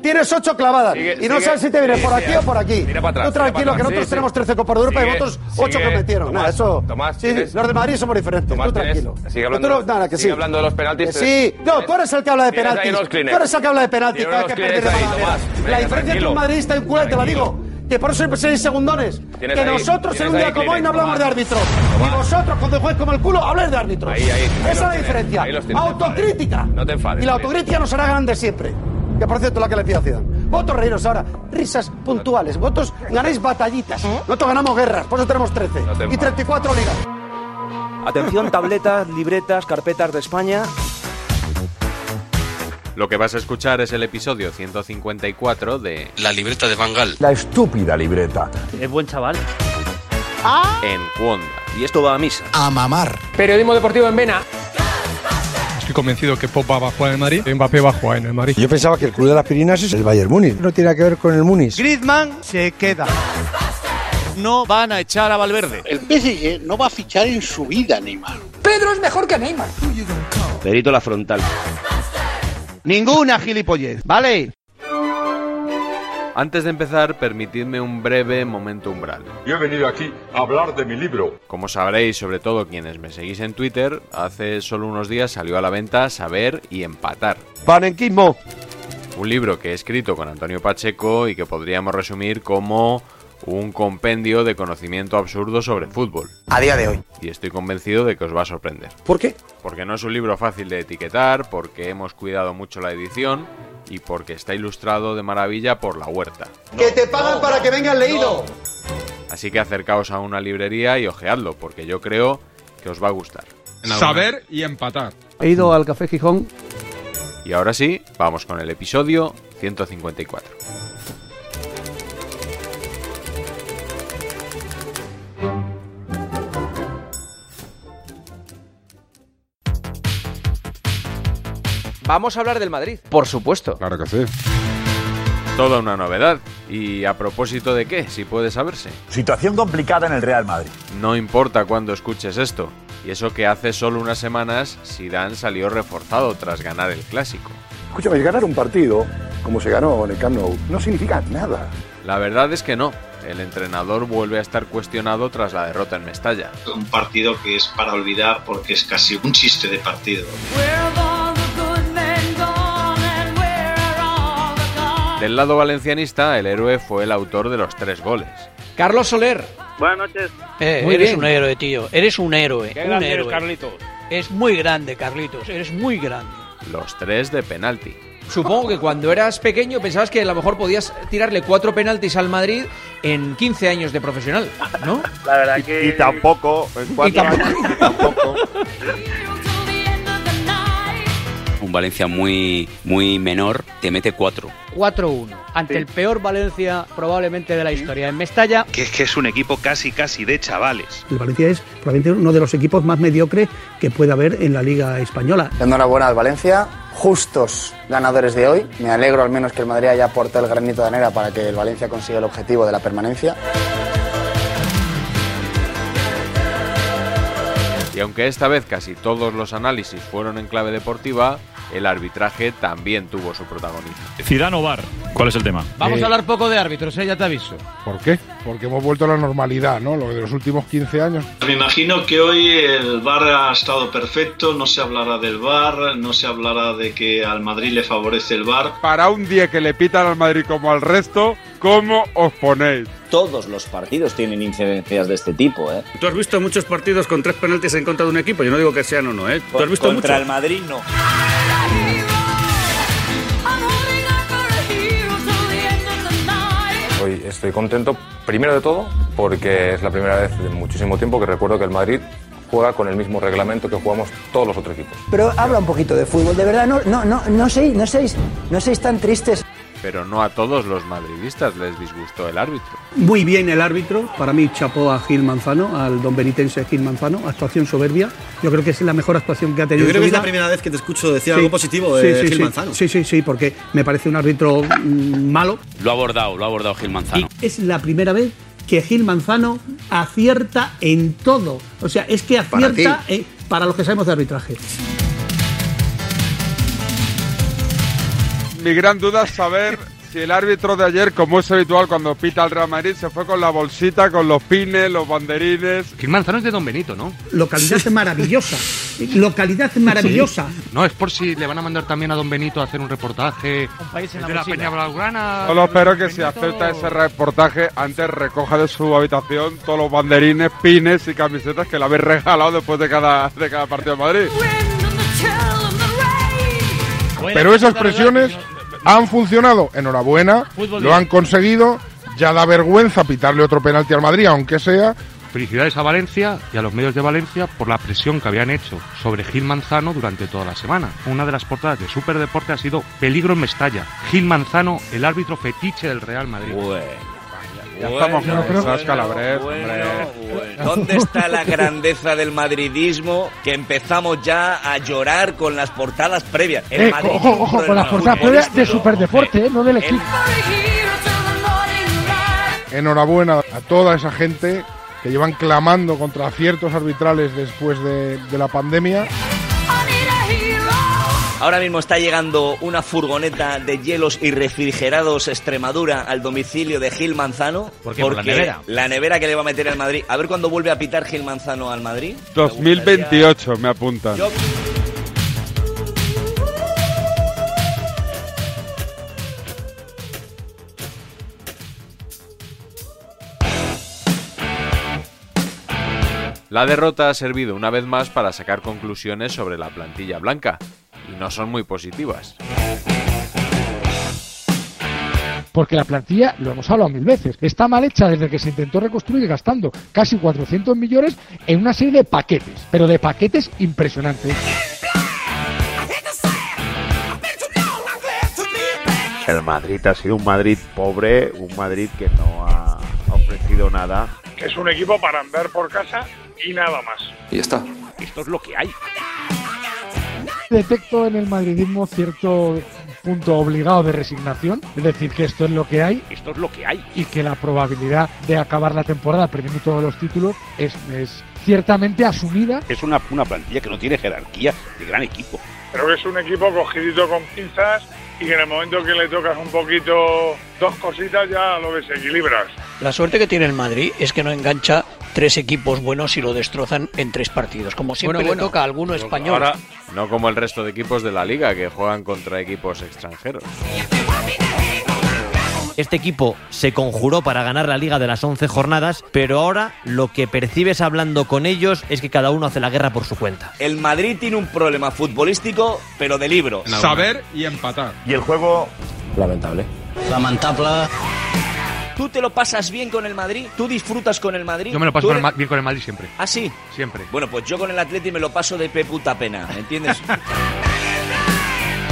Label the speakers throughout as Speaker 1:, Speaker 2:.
Speaker 1: Tienes ocho clavadas
Speaker 2: Sigue,
Speaker 1: y no
Speaker 2: sigue,
Speaker 1: sabes si te viene por
Speaker 2: sigue.
Speaker 1: aquí o por aquí.
Speaker 2: Mira para atrás,
Speaker 1: Tú
Speaker 2: mira
Speaker 1: tranquilo,
Speaker 2: para
Speaker 1: que
Speaker 2: atrás.
Speaker 1: nosotros
Speaker 2: Sí,
Speaker 1: tenemos
Speaker 2: sí.
Speaker 1: 13 Copa de Europa y
Speaker 2: Sigue,
Speaker 1: vosotros ocho
Speaker 2: sigue.
Speaker 1: que metieron.
Speaker 2: Tomás,
Speaker 1: nada, eso.
Speaker 2: Tomás,
Speaker 1: sí, sí,
Speaker 2: tienes-
Speaker 1: los de Madrid somos diferentes.
Speaker 2: Tomás,
Speaker 1: tú
Speaker 2: tienes-
Speaker 1: tranquilo.
Speaker 2: sigue hablando-
Speaker 1: Tú no- nada, que
Speaker 2: sigue
Speaker 1: sí.
Speaker 2: hablando de los penaltis,
Speaker 1: Que
Speaker 2: tienes-
Speaker 1: sí. No, tú eres el que habla de
Speaker 2: tienes ahí
Speaker 1: penaltis.
Speaker 2: unos
Speaker 1: Tú
Speaker 2: Kleenex.
Speaker 1: eres el que habla de penaltis.
Speaker 2: Tienes
Speaker 1: Cada
Speaker 2: unos
Speaker 1: que pierde de
Speaker 2: Kleenex ahí,
Speaker 1: mala manera.
Speaker 2: Tomás.
Speaker 1: La
Speaker 2: Venga,
Speaker 1: diferencia entre
Speaker 2: tranquilo.
Speaker 1: un madridista y un culé, te la digo. Que por eso siempre seis segundones.
Speaker 2: Tienes
Speaker 1: Que
Speaker 2: ahí-
Speaker 1: nosotros en
Speaker 2: tienes
Speaker 1: un día
Speaker 2: ahí
Speaker 1: como hoy
Speaker 2: Kleenex,
Speaker 1: no hablamos de
Speaker 2: Tomás.
Speaker 1: árbitros.
Speaker 2: Tomás.
Speaker 1: Y vosotros, cuando juegues como el culo, habláis de árbitros.
Speaker 2: Ahí, ahí, ahí
Speaker 1: Esa
Speaker 2: los
Speaker 1: es la
Speaker 2: tienes,
Speaker 1: diferencia.
Speaker 2: ahí los tienes.
Speaker 1: Autocrítica.
Speaker 2: No te enfades,
Speaker 1: Y la
Speaker 2: Javier.
Speaker 1: autocrítica nos hará grandes siempre. Que por cierto, la que le pido a Zidane. Votos reíros ahora. Risas puntuales. Votos ganáis
Speaker 2: ¿Eh?
Speaker 1: batallitas. Nosotros ganamos guerras. Por eso tenemos 13.
Speaker 2: No te
Speaker 1: y
Speaker 2: enfades.
Speaker 1: 34 ligas.
Speaker 3: Atención, tabletas, libretas, carpetas de España.
Speaker 4: Lo que vas a escuchar es el episodio 154 de
Speaker 5: La libreta de Bangal.
Speaker 6: La estúpida libreta.
Speaker 7: Es buen chaval.
Speaker 2: ¡Ah!
Speaker 4: En Cuonda.
Speaker 3: Y esto va a misa.
Speaker 6: A mamar.
Speaker 2: Periodismo deportivo en Vena.
Speaker 5: Estoy convencido que Pop va a jugar en el Madrid. Mbappé va a jugar en el Madrid.
Speaker 6: Yo pensaba que el club de las Pirinas es el Bayern Múnich. No tiene que ver con el Múnich.
Speaker 7: Griezmann se queda. No van a echar a Valverde.
Speaker 8: El PSG no va a fichar en su vida, Neymar.
Speaker 3: Perito la frontal.
Speaker 7: Ninguna gilipollez, ¿vale?
Speaker 4: Antes de empezar, permitidme un breve momento umbral.
Speaker 5: Yo he venido aquí a hablar de mi libro.
Speaker 4: Como sabréis, sobre todo quienes me seguís en Twitter, hace solo unos días salió a la venta Saber y Empatar.
Speaker 1: Panenquismo.
Speaker 4: Un libro que he escrito con Antonio Pacheco y que podríamos resumir como un compendio de conocimiento absurdo sobre fútbol.
Speaker 1: A día de hoy.
Speaker 4: Y estoy convencido de que os va a sorprender.
Speaker 1: ¿Por qué?
Speaker 4: Porque no es un libro fácil de etiquetar, porque hemos cuidado mucho la edición y porque está ilustrado de maravilla por la huerta.
Speaker 1: que te pagan para que vengas leído.
Speaker 4: Así que acercaos a una librería y ojeadlo, porque yo creo que os va a gustar.
Speaker 5: Saber y empatar.
Speaker 3: He ido al Café Gijón.
Speaker 4: Y ahora sí, vamos con el episodio 154.
Speaker 3: Vamos a hablar del Madrid. Por supuesto.
Speaker 5: Claro que sí.
Speaker 4: Toda una novedad. ¿Y a propósito de qué? Si puede saberse.
Speaker 6: Situación complicada en el Real Madrid.
Speaker 4: No importa cuándo escuches esto. Y eso que hace solo unas semanas, Zidane salió reforzado tras ganar el clásico.
Speaker 6: Escúchame, ganar un partido como se ganó en el Camp Nou no significa nada.
Speaker 4: La verdad es que no. El entrenador vuelve a estar cuestionado tras la derrota en Mestalla.
Speaker 8: Un partido que es para olvidar porque es casi un chiste de partido.
Speaker 4: Del lado valencianista, el héroe fue el autor de los tres goles. Eh,
Speaker 3: Carlos Soler.
Speaker 7: Buenas noches.
Speaker 3: Muy
Speaker 8: eres
Speaker 3: bien.
Speaker 8: un héroe, tío. Eres un
Speaker 3: Pues
Speaker 8: héroe. un héroe.
Speaker 7: Carlitos.
Speaker 8: Es muy grande, Carlitos. Eres muy grande.
Speaker 4: Los tres de penalti.
Speaker 3: Supongo que cuando eras pequeño pensabas que a lo mejor podías tirarle cuatro penaltis al Madrid en 15 años de profesional, ¿no?
Speaker 7: La verdad que.
Speaker 5: Y tampoco, en cuanto a tampoco.
Speaker 8: Un Valencia muy, muy menor te mete cuatro.
Speaker 3: 4-1. Ante el peor Valencia probablemente de la historia. En Mestalla.
Speaker 8: Que es que es un equipo casi, casi de chavales.
Speaker 7: El Valencia es probablemente uno de los equipos más mediocres que pueda haber en la Liga Española.
Speaker 1: Enhorabuena al Valencia. Justos ganadores de hoy. Me alegro al menos que el Madrid haya aportado el granito de arena para que el Valencia consiga el objetivo de la permanencia.
Speaker 4: Y aunque esta vez casi todos los análisis fueron en clave deportiva, el arbitraje también tuvo su protagonismo.
Speaker 5: Zidane Bar.
Speaker 9: ¿Cuál es el tema?
Speaker 7: Vamos
Speaker 6: Eh,
Speaker 7: a hablar poco de árbitros, eh, ya te aviso.
Speaker 6: ¿Por qué? Porque hemos vuelto a la normalidad, ¿no? Lo de los últimos 15 años.
Speaker 10: Me imagino que hoy el VAR ha estado perfecto, no se hablará del VAR, no se hablará de que al Madrid le favorece el VAR.
Speaker 5: Para un día que le pitan al Madrid como al resto, ¿cómo os ponéis?
Speaker 8: Todos los partidos tienen incidencias de este tipo, ¿eh?
Speaker 9: Tú has visto muchos partidos con tres penaltis en contra de un equipo. Yo no digo que sean uno, ¿eh? Tú has visto
Speaker 8: Contra
Speaker 9: muchos?
Speaker 8: el Madrid no.
Speaker 11: Eh, Hoy estoy contento, primero de todo, porque es la primera vez de muchísimo tiempo que recuerdo que el Madrid juega con el mismo reglamento que jugamos todos los otros equipos.
Speaker 12: Pero habla un poquito de fútbol, de verdad, no, no, no, no seis, no seis, no seis tan tristes.
Speaker 4: Pero no a todos los madridistas les disgustó el árbitro.
Speaker 1: Muy bien el árbitro, para mí chapó a Gil Manzano, al don benitense Gil Manzano, actuación soberbia. Yo creo que es la mejor actuación que ha tenido.
Speaker 13: Yo creo
Speaker 1: en
Speaker 13: que es
Speaker 1: su
Speaker 13: la
Speaker 1: vida.
Speaker 13: primera vez que te escucho decir
Speaker 1: Sí.
Speaker 13: algo positivo
Speaker 1: Sí,
Speaker 13: de
Speaker 1: sí,
Speaker 13: Gil
Speaker 1: sí.
Speaker 13: Manzano.
Speaker 1: Sí, sí, sí, porque me parece un árbitro mm, malo.
Speaker 14: Lo ha abordado, lo ha abordado Gil Manzano.
Speaker 1: Es la primera vez que Gil Manzano acierta en todo. O sea, es que
Speaker 14: Para
Speaker 1: acierta eh, para, los que sabemos de arbitraje.
Speaker 5: Mi gran duda es saber si el árbitro de ayer, como es habitual cuando pita al Real Madrid, se fue con la bolsita, con los pines, los banderines.
Speaker 7: Gil Manzano es de Don Benito, ¿no?
Speaker 1: Localidad maravillosa. Localidad maravillosa.
Speaker 7: No, es por si le van a mandar también a Don Benito a hacer un reportaje.
Speaker 15: en la
Speaker 7: de la
Speaker 15: mochila.
Speaker 7: Peña Blaugrana.
Speaker 5: Solo espero que si acepta ese reportaje, antes recoja de su habitación todos los banderines, pines y camisetas que le habéis regalado después de cada, de cada partido de Madrid.
Speaker 6: Pero esas presiones han funcionado. Enhorabuena,
Speaker 5: Fútbol
Speaker 6: lo
Speaker 5: bien.
Speaker 6: han conseguido. Ya da vergüenza pitarle otro penalti al Madrid, aunque sea.
Speaker 7: Felicidades a Valencia y a los medios de Valencia por la presión que habían hecho sobre Gil Manzano durante toda la semana. Una de las portadas de Superdeporte ha sido Peligro en Mestalla. Gil Manzano, el árbitro fetiche del Real Madrid.
Speaker 5: Ya estamos con esas calabres,
Speaker 8: ¿Dónde está la grandeza del madridismo que empezamos ya a llorar con las portadas previas? El
Speaker 2: Eh,
Speaker 8: Madrid-
Speaker 2: ojo, ojo, con las portadas previas de Superdeporte, eh, no del equipo.
Speaker 6: Enhorabuena a toda esa gente que llevan clamando contra ciertos arbitrales después de, de la pandemia.
Speaker 8: Ahora mismo está llegando una furgoneta de hielos y refrigerados Extremadura al domicilio de Gil Manzano.
Speaker 7: ¿Por qué? ¿Por la nevera?
Speaker 8: la nevera que le va a meter al Madrid. A ver cuándo vuelve a pitar Gil Manzano al Madrid.
Speaker 5: 2028 me apuntan.
Speaker 8: Yo-
Speaker 4: La derrota ha servido una vez más para sacar conclusiones sobre la plantilla blanca, y no son muy positivas.
Speaker 2: Porque la plantilla, lo hemos hablado mil veces, está mal hecha desde que se intentó reconstruir gastando casi 400 millones en una serie de paquetes, pero de paquetes impresionantes.
Speaker 16: El Madrid ha sido un Madrid pobre, un Madrid que no ha ofrecido nada.
Speaker 5: Que es un equipo para andar por casa y nada más.
Speaker 16: Y ya está. Esto es lo que hay.
Speaker 2: Detecto en el madridismo cierto punto obligado de resignación, es decir, que esto es lo que hay
Speaker 16: Esto es lo que hay.
Speaker 2: y que la probabilidad de acabar la temporada perdiendo todos los títulos es, es ciertamente asumida.
Speaker 16: Es una, una plantilla que no tiene jerarquía de gran equipo.
Speaker 5: Creo que es un equipo cogidito con pinzas y que en el momento que le tocas un poquito dos cositas ya lo desequilibras.
Speaker 17: La suerte que tiene el Madrid es que no engancha tres equipos buenos y lo destrozan en tres partidos. Como siempre
Speaker 4: Bueno,
Speaker 17: le
Speaker 4: bueno.
Speaker 17: toca a alguno español.
Speaker 4: Ahora, no como el resto de equipos de la liga que juegan contra equipos extranjeros.
Speaker 18: Este equipo se conjuró para ganar la liga de las 11 jornadas, pero ahora lo que percibes hablando con ellos es que cada uno hace la guerra por su cuenta.
Speaker 8: El Madrid tiene un problema futbolístico, pero de libro.
Speaker 16: Saber
Speaker 5: y empatar.
Speaker 16: Y el juego
Speaker 8: Lamentable.
Speaker 17: Lamentable.
Speaker 8: ¿Tú te lo pasas bien con el Madrid? ¿Tú disfrutas con el Madrid?
Speaker 7: Yo me lo paso
Speaker 8: ¿Tú
Speaker 7: con el
Speaker 8: eres-
Speaker 7: Ma- bien con el Madrid siempre.
Speaker 8: ¿Ah, sí?
Speaker 7: Siempre.
Speaker 8: Bueno, pues yo con el Atleti me lo paso de peputa pena, ¿entiendes?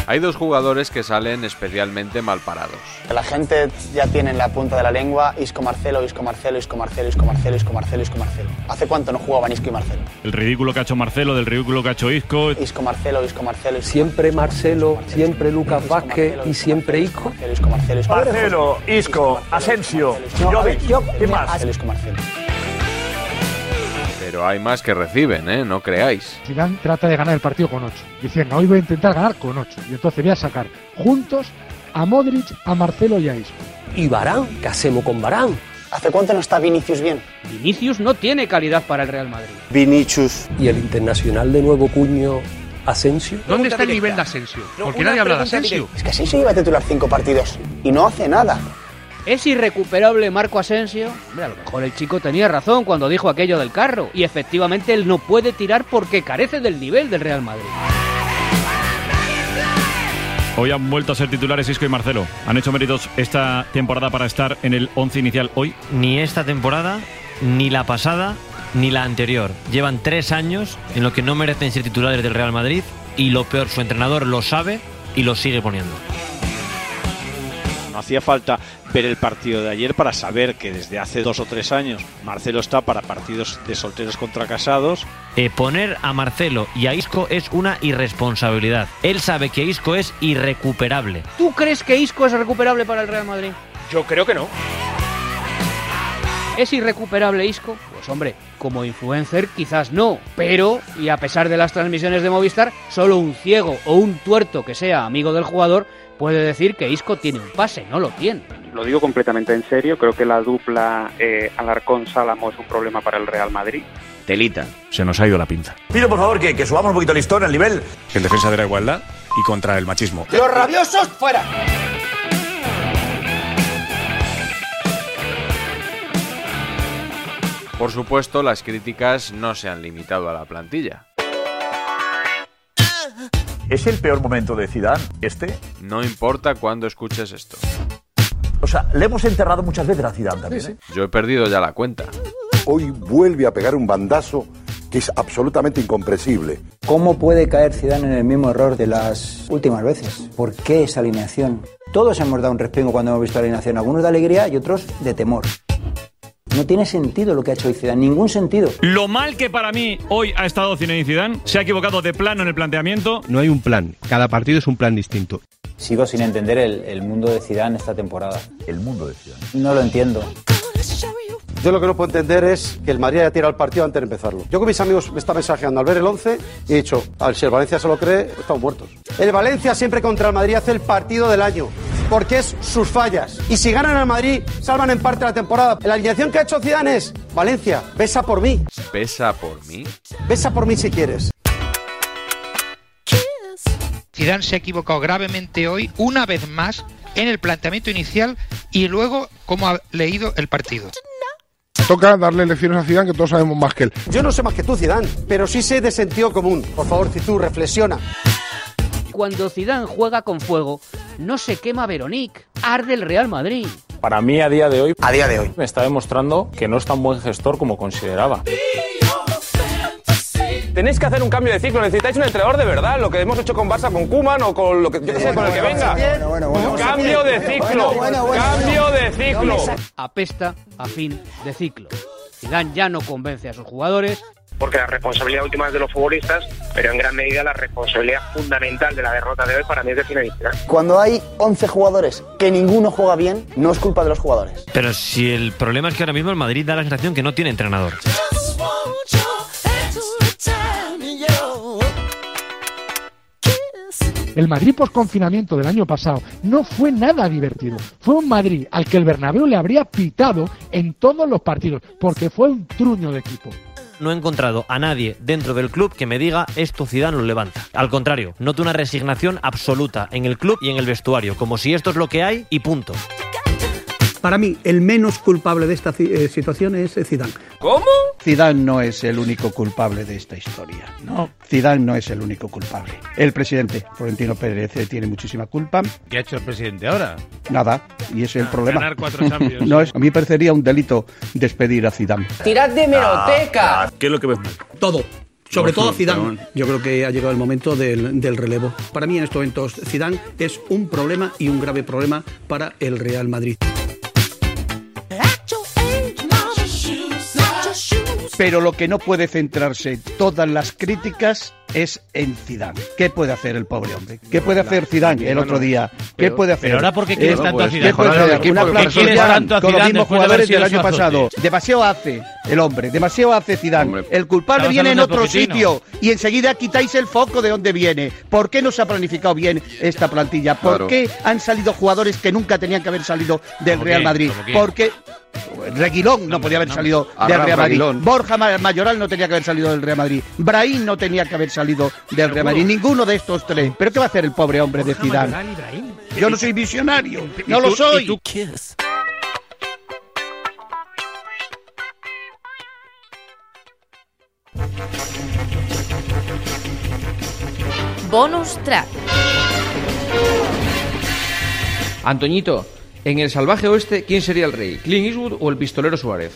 Speaker 4: Hay dos jugadores que salen especialmente mal parados.
Speaker 19: La gente ya tiene en la punta de la lengua Isco Marcelo, Isco Marcelo, Isco Marcelo, Isco Marcelo, Isco Marcelo, Isco Marcelo. ¿Hace cuánto no jugaban Isco y Marcelo?
Speaker 9: El ridículo que ha hecho Marcelo, del ridículo que ha hecho Isco.
Speaker 19: Isco Marcelo, Isco Marcelo, Isco
Speaker 20: Siempre Marcelo, siempre Lucas Vázquez y siempre Isco.
Speaker 19: Marcelo, Isco
Speaker 20: Marcelo,
Speaker 19: Isco, Asensio,
Speaker 20: Jovic, ¿qué más?
Speaker 19: Marcelo, Isco Marcelo.
Speaker 4: Pero hay más que reciben, ¿eh? No creáis.
Speaker 2: Zidane trata de ganar el partido con 8, diciendo hoy voy a intentar ganar con 8 y entonces voy a sacar juntos a Modric, a Marcelo y a Isco.
Speaker 21: ¿Y Barán? ¿Qué hacemos con Barán?
Speaker 22: ¿Hace cuánto no está Vinicius bien?
Speaker 3: Vinicius no tiene calidad para el Real Madrid.
Speaker 21: Vinicius. ¿Y el internacional de nuevo cuño Asensio?
Speaker 7: ¿Dónde está el nivel de Asensio? Porque nadie habla de Asensio.
Speaker 22: Es que Asensio lleva titular cinco partidos y no hace nada.
Speaker 3: ¿Es irrecuperable Marco Asensio? Hombre, a lo mejor el chico tenía razón cuando dijo aquello del carro. Y efectivamente él no puede tirar porque carece del nivel del Real Madrid.
Speaker 23: Hoy han vuelto a ser titulares Isco y Marcelo. Han hecho méritos esta temporada para estar en el 11 inicial hoy.
Speaker 18: Ni esta temporada, ni la pasada, ni la anterior. Llevan tres años en los que no merecen ser titulares del Real Madrid y lo peor, su entrenador lo sabe y lo sigue poniendo.
Speaker 24: No hacía falta ver el partido de ayer para saber que desde hace dos o tres años Marcelo está para partidos de solteros contra casados.
Speaker 18: Eh, poner a Marcelo y a Isco es una irresponsabilidad. Él sabe que Isco es irrecuperable.
Speaker 3: ¿Tú crees que Isco es recuperable para el Real Madrid?
Speaker 24: Yo creo que no.
Speaker 3: ¿Es irrecuperable Isco? Pues hombre, como influencer quizás no, pero, y a pesar de las transmisiones de Movistar, solo un ciego o un tuerto que sea amigo del jugador puede decir que Isco tiene un pase, no lo tiene.
Speaker 25: Lo digo completamente en serio, creo que la dupla eh, Alarcón-Sálamo es un problema para el Real Madrid.
Speaker 26: Telita. Se nos ha ido la pinza.
Speaker 27: Pido por favor que, que subamos un poquito el listón al nivel.
Speaker 26: En defensa de la igualdad y contra el machismo.
Speaker 22: Los rabiosos fuera.
Speaker 4: Por supuesto, las críticas no se han limitado a la plantilla.
Speaker 27: ¿Es el peor momento de Zidane este?
Speaker 4: No importa cuándo escuches esto.
Speaker 27: O sea, le hemos enterrado muchas veces a Zidane también. ¿eh?
Speaker 4: Yo he perdido ya la cuenta.
Speaker 28: Hoy vuelve a pegar un bandazo que es absolutamente incomprensible.
Speaker 29: ¿Cómo puede caer Zidane en el mismo error de las últimas veces? ¿Por qué esa alineación? Todos hemos dado un respingo cuando hemos visto la alineación, algunos de alegría y otros de temor. No tiene sentido lo que ha hecho hoy Zidane, ningún sentido.
Speaker 23: Lo mal que para mí hoy ha estado Zinedine Zidane, se ha equivocado de plano en el planteamiento.
Speaker 30: No hay un plan, cada partido es un plan distinto.
Speaker 29: Sigo sin entender el, el mundo de Zidane esta temporada.
Speaker 27: El mundo de Zidane.
Speaker 29: No lo entiendo.
Speaker 1: Yo lo que no puedo entender es que el Madrid haya tirado el partido antes de empezarlo. Yo con mis amigos me está mensajeando al ver el 11 y he dicho, al si el Valencia se lo cree, estamos muertos. El Valencia siempre contra el Madrid hace el partido del año, porque es sus fallas. Y si ganan al Madrid, salvan en parte la temporada. La alineación que ha hecho Zidane es, Valencia, besa por mí.
Speaker 4: ¿Pesa por mí?
Speaker 1: Besa por mí si quieres.
Speaker 11: Zidane se ha equivocado gravemente hoy, una vez más, en el planteamiento inicial y luego cómo ha leído el partido
Speaker 6: toca darle lecciones a Zidane que todos sabemos más que él.
Speaker 1: Yo no sé más que tú, Zidane, pero sí sé de sentido común. Por favor, Cizú, reflexiona.
Speaker 3: Cuando Zidane juega con fuego, no se quema Veronique, arde el Real Madrid.
Speaker 27: Para mí a día de hoy,
Speaker 22: a día de hoy,
Speaker 27: me está demostrando que no es tan buen gestor como consideraba.
Speaker 28: Tenéis que hacer un cambio de ciclo, necesitáis un entrenador de verdad, lo que hemos hecho con Barça, con Kuman o con lo que yo qué sé, con el que venga. Un cambio de ciclo, cambio de ciclo.
Speaker 3: Apesta a fin de ciclo. Zidane ya no convence a sus jugadores.
Speaker 11: Porque la responsabilidad última es de los futbolistas, pero en gran medida la responsabilidad fundamental de la derrota de hoy para mí es de finalista.
Speaker 22: Cuando hay 11 jugadores que ninguno juega bien, no es culpa de los jugadores.
Speaker 18: Pero si el problema es que ahora mismo el Madrid da la sensación que no tiene entrenador.
Speaker 2: El Madrid post-confinamiento del año pasado no fue nada divertido. Fue un Madrid al que el Bernabéu le habría pitado en todos los partidos, porque fue un truño de equipo.
Speaker 18: No he encontrado a nadie dentro del club que me diga esto Zidane lo levanta. Al contrario, noto una resignación absoluta en el club y en el vestuario, como si esto es lo que hay y punto.
Speaker 31: Para mí, el menos culpable de esta eh, situación es Zidane.
Speaker 21: ¿Cómo?
Speaker 11: Zidane no es el único culpable de esta historia. No, Zidane no es el único culpable. El presidente Florentino Pérez eh, tiene muchísima culpa.
Speaker 26: ¿Qué ha hecho el presidente ahora?
Speaker 11: Nada, y ese es el
Speaker 26: Ah,
Speaker 11: problema.
Speaker 26: ganar cuatro Champions.
Speaker 11: no es, a mí parecería un delito despedir a Zidane.
Speaker 21: ¡Tirad de meroteca!
Speaker 32: Ah, ¿Qué es lo que ves mal?
Speaker 31: Todo. Sobre
Speaker 32: Por
Speaker 31: todo
Speaker 32: fin,
Speaker 31: Zidane.
Speaker 32: perdón.
Speaker 31: Yo creo que ha llegado el momento del, del relevo. Para mí en estos momentos Zidane es un problema y un grave problema para el Real Madrid.
Speaker 11: Pero lo que no puede centrarse todas las críticas es en Zidane. ¿Qué puede hacer el pobre hombre? ¿Qué puede hacer Zidane el otro día? ¿Qué
Speaker 26: Pero-
Speaker 11: puede hacer?
Speaker 26: pero ahora ¿por qué quieres
Speaker 11: Eh,
Speaker 26: tanto a Zidane?
Speaker 11: ¿Qué puede
Speaker 26: Joder,
Speaker 11: hacer?
Speaker 26: el equipo
Speaker 11: Una
Speaker 26: que-
Speaker 11: plantilla
Speaker 26: ¿Qué quieres tanto a
Speaker 11: con los
Speaker 26: Zidane
Speaker 11: mismos
Speaker 26: después de haber
Speaker 11: jugadores
Speaker 26: sido
Speaker 11: del año
Speaker 26: los
Speaker 11: pasado. Demasiado hace.
Speaker 1: el hombre. Demasiado hace Zidane. el culpable
Speaker 7: Estamos
Speaker 1: viene en
Speaker 7: hablando de
Speaker 1: otro
Speaker 7: Pochettino.
Speaker 1: sitio y enseguida quitáis el foco de donde viene. ¿Por qué no se ha planificado bien esta plantilla? ¿Por
Speaker 33: Claro.
Speaker 1: qué han salido jugadores que nunca tenían que haber salido del
Speaker 33: ¿Cómo
Speaker 1: Real
Speaker 33: quién?
Speaker 1: Madrid?
Speaker 33: ¿Cómo quién?
Speaker 1: ¿Por qué? Reguilón no podía haber salido del
Speaker 33: Arran
Speaker 1: Real Madrid.
Speaker 33: Reguilón.
Speaker 1: Borja Ma- Mayoral no tenía que haber salido del Real Madrid. Brahim no tenía que haber salido del Real Madrid. Ninguno de estos tres. ¿Pero qué va a hacer el pobre hombre de Zidane? Yo no soy visionario,
Speaker 2: ¿Y
Speaker 1: no
Speaker 2: tú-
Speaker 1: lo
Speaker 2: y
Speaker 1: soy.
Speaker 2: tú
Speaker 24: Bonus track.
Speaker 11: Antoñito, en el salvaje oeste, ¿quién sería el rey? ¿Clint Eastwood o el pistolero Suárez?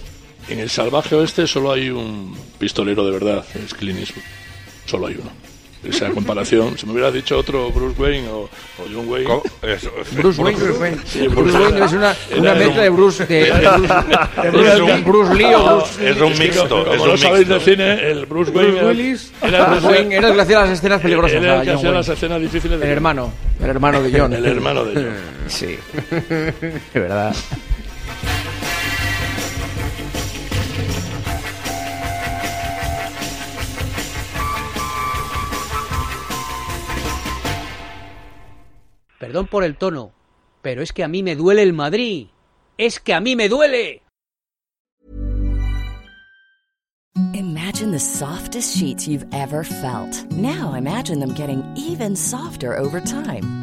Speaker 34: En el salvaje oeste solo hay un pistolero de verdad, es Clint Eastwood. Solo hay uno. Esa comparación, si me hubieras dicho otro, Bruce Wayne o, o John Wayne.
Speaker 11: Bruce Wayne. Bruce Wayne,
Speaker 34: Sí, Bruce
Speaker 11: es una,
Speaker 34: Era
Speaker 11: una
Speaker 34: un-
Speaker 11: mezcla de Bruce, de, de Bruce,
Speaker 34: Era
Speaker 11: Lee-
Speaker 34: un-
Speaker 11: Bruce Lee o
Speaker 34: No,
Speaker 11: Bruce
Speaker 34: es un
Speaker 11: que-
Speaker 34: mixto,
Speaker 11: como
Speaker 34: es
Speaker 11: no
Speaker 34: un
Speaker 11: sabéis
Speaker 34: mixto.
Speaker 11: de cine, el Bruce
Speaker 34: Bruce
Speaker 11: Wayne era-
Speaker 34: Willis.
Speaker 11: era Bruce Wayne, era el que hacía las escenas peligrosas.
Speaker 34: Era
Speaker 11: a
Speaker 34: el que
Speaker 11: John
Speaker 34: hacía
Speaker 11: Wayne.
Speaker 34: las escenas difíciles de
Speaker 11: El
Speaker 34: John.
Speaker 11: hermano, el hermano de John.
Speaker 34: El hermano de John.
Speaker 11: Sí, de verdad.
Speaker 3: Perdón por el tono, pero es que a mí me duele el Madrid. Es que a mí me duele.
Speaker 35: Imagine the softest sheets you've ever felt. Now imagine them getting even softer over time.